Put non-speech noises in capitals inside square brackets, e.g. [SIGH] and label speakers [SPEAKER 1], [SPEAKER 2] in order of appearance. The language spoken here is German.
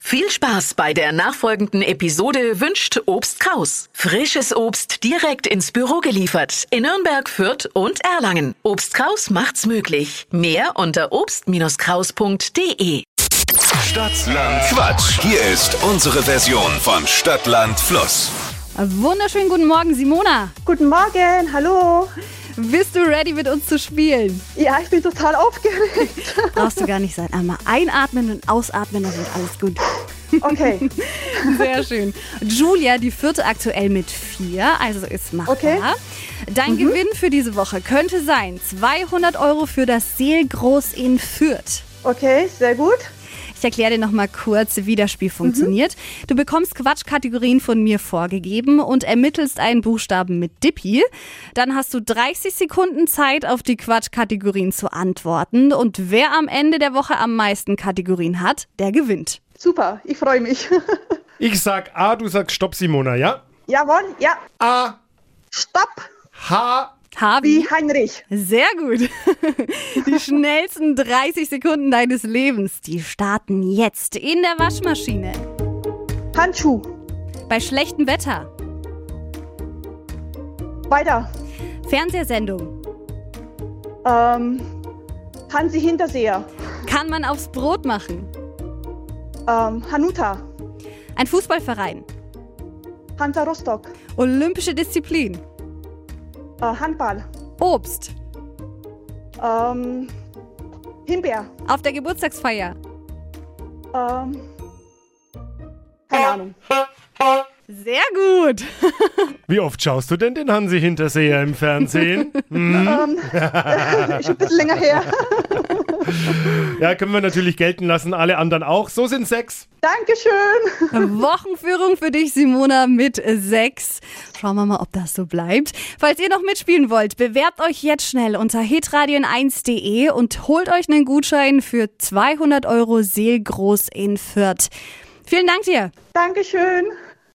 [SPEAKER 1] Viel Spaß bei der nachfolgenden Episode wünscht Obst Kraus. Frisches Obst direkt ins Büro geliefert in Nürnberg, Fürth und Erlangen. Obst Kraus macht's möglich. Mehr unter obst-kraus.de.
[SPEAKER 2] Stadtland Quatsch. Hier ist unsere Version von Stadtland Fluss.
[SPEAKER 3] Wunderschönen guten Morgen, Simona.
[SPEAKER 4] Guten Morgen, hallo.
[SPEAKER 3] Bist du ready mit uns zu spielen?
[SPEAKER 4] Ja, ich bin total aufgeregt.
[SPEAKER 3] Brauchst du gar nicht sein. Einmal einatmen und ausatmen, dann wird alles gut.
[SPEAKER 4] Okay,
[SPEAKER 3] Sehr schön. Julia, die vierte aktuell mit vier, also ist machbar.
[SPEAKER 4] Okay.
[SPEAKER 3] Dein Gewinn für diese Woche könnte sein 200 Euro für das Seelgroß in Fürth.
[SPEAKER 4] okay, sehr gut.
[SPEAKER 3] Ich erkläre dir nochmal kurz, wie das Spiel funktioniert. Du bekommst Quatschkategorien von mir vorgegeben und ermittelst einen Buchstaben mit Dippy. Dann hast du 30 Sekunden Zeit, auf die Quatschkategorien zu antworten. Und wer am Ende der Woche am meisten Kategorien hat, der gewinnt.
[SPEAKER 4] Super, ich freue mich. [LAUGHS]
[SPEAKER 5] Ich sag A, du sagst Stopp, Simona, ja?
[SPEAKER 4] Jawohl, ja.
[SPEAKER 5] A,
[SPEAKER 4] Stopp,
[SPEAKER 5] H,
[SPEAKER 3] Harvey.
[SPEAKER 4] wie Heinrich.
[SPEAKER 3] Sehr gut. [LAUGHS] Die schnellsten 30 Sekunden deines Lebens, die starten jetzt in der Waschmaschine.
[SPEAKER 4] Handschuh,
[SPEAKER 3] Bei schlechtem Wetter.
[SPEAKER 4] weiter.
[SPEAKER 3] Fernsehsendung.
[SPEAKER 4] Ähm, Hansi Hinterseher,
[SPEAKER 3] Kann man aufs Brot machen.
[SPEAKER 4] ähm, Hanuta,
[SPEAKER 3] Ein Fußballverein.
[SPEAKER 4] Hansa Rostock,
[SPEAKER 3] Olympische Disziplin.
[SPEAKER 4] äh, Handball,
[SPEAKER 3] Obst.
[SPEAKER 4] ähm, Himbeer,
[SPEAKER 3] Auf der Geburtstagsfeier.
[SPEAKER 4] ähm, keine Ahnung.
[SPEAKER 3] Sehr gut.
[SPEAKER 5] wie oft schaust du denn den Hansi Hinterseher im Fernsehen?
[SPEAKER 4] Ähm, [LAUGHS] Ist ein bisschen länger her.
[SPEAKER 5] ja, können wir natürlich gelten lassen, alle anderen auch. So sind sechs.
[SPEAKER 4] Dankeschön.
[SPEAKER 3] Wochenführung für dich, Simona, mit sechs. Schauen wir mal, ob das so bleibt. Falls ihr noch mitspielen wollt, bewerbt euch jetzt schnell unter hitradion1.de und holt euch einen Gutschein für 200 Euro Seelgroß in Fürth. Vielen Dank dir.
[SPEAKER 4] Dankeschön.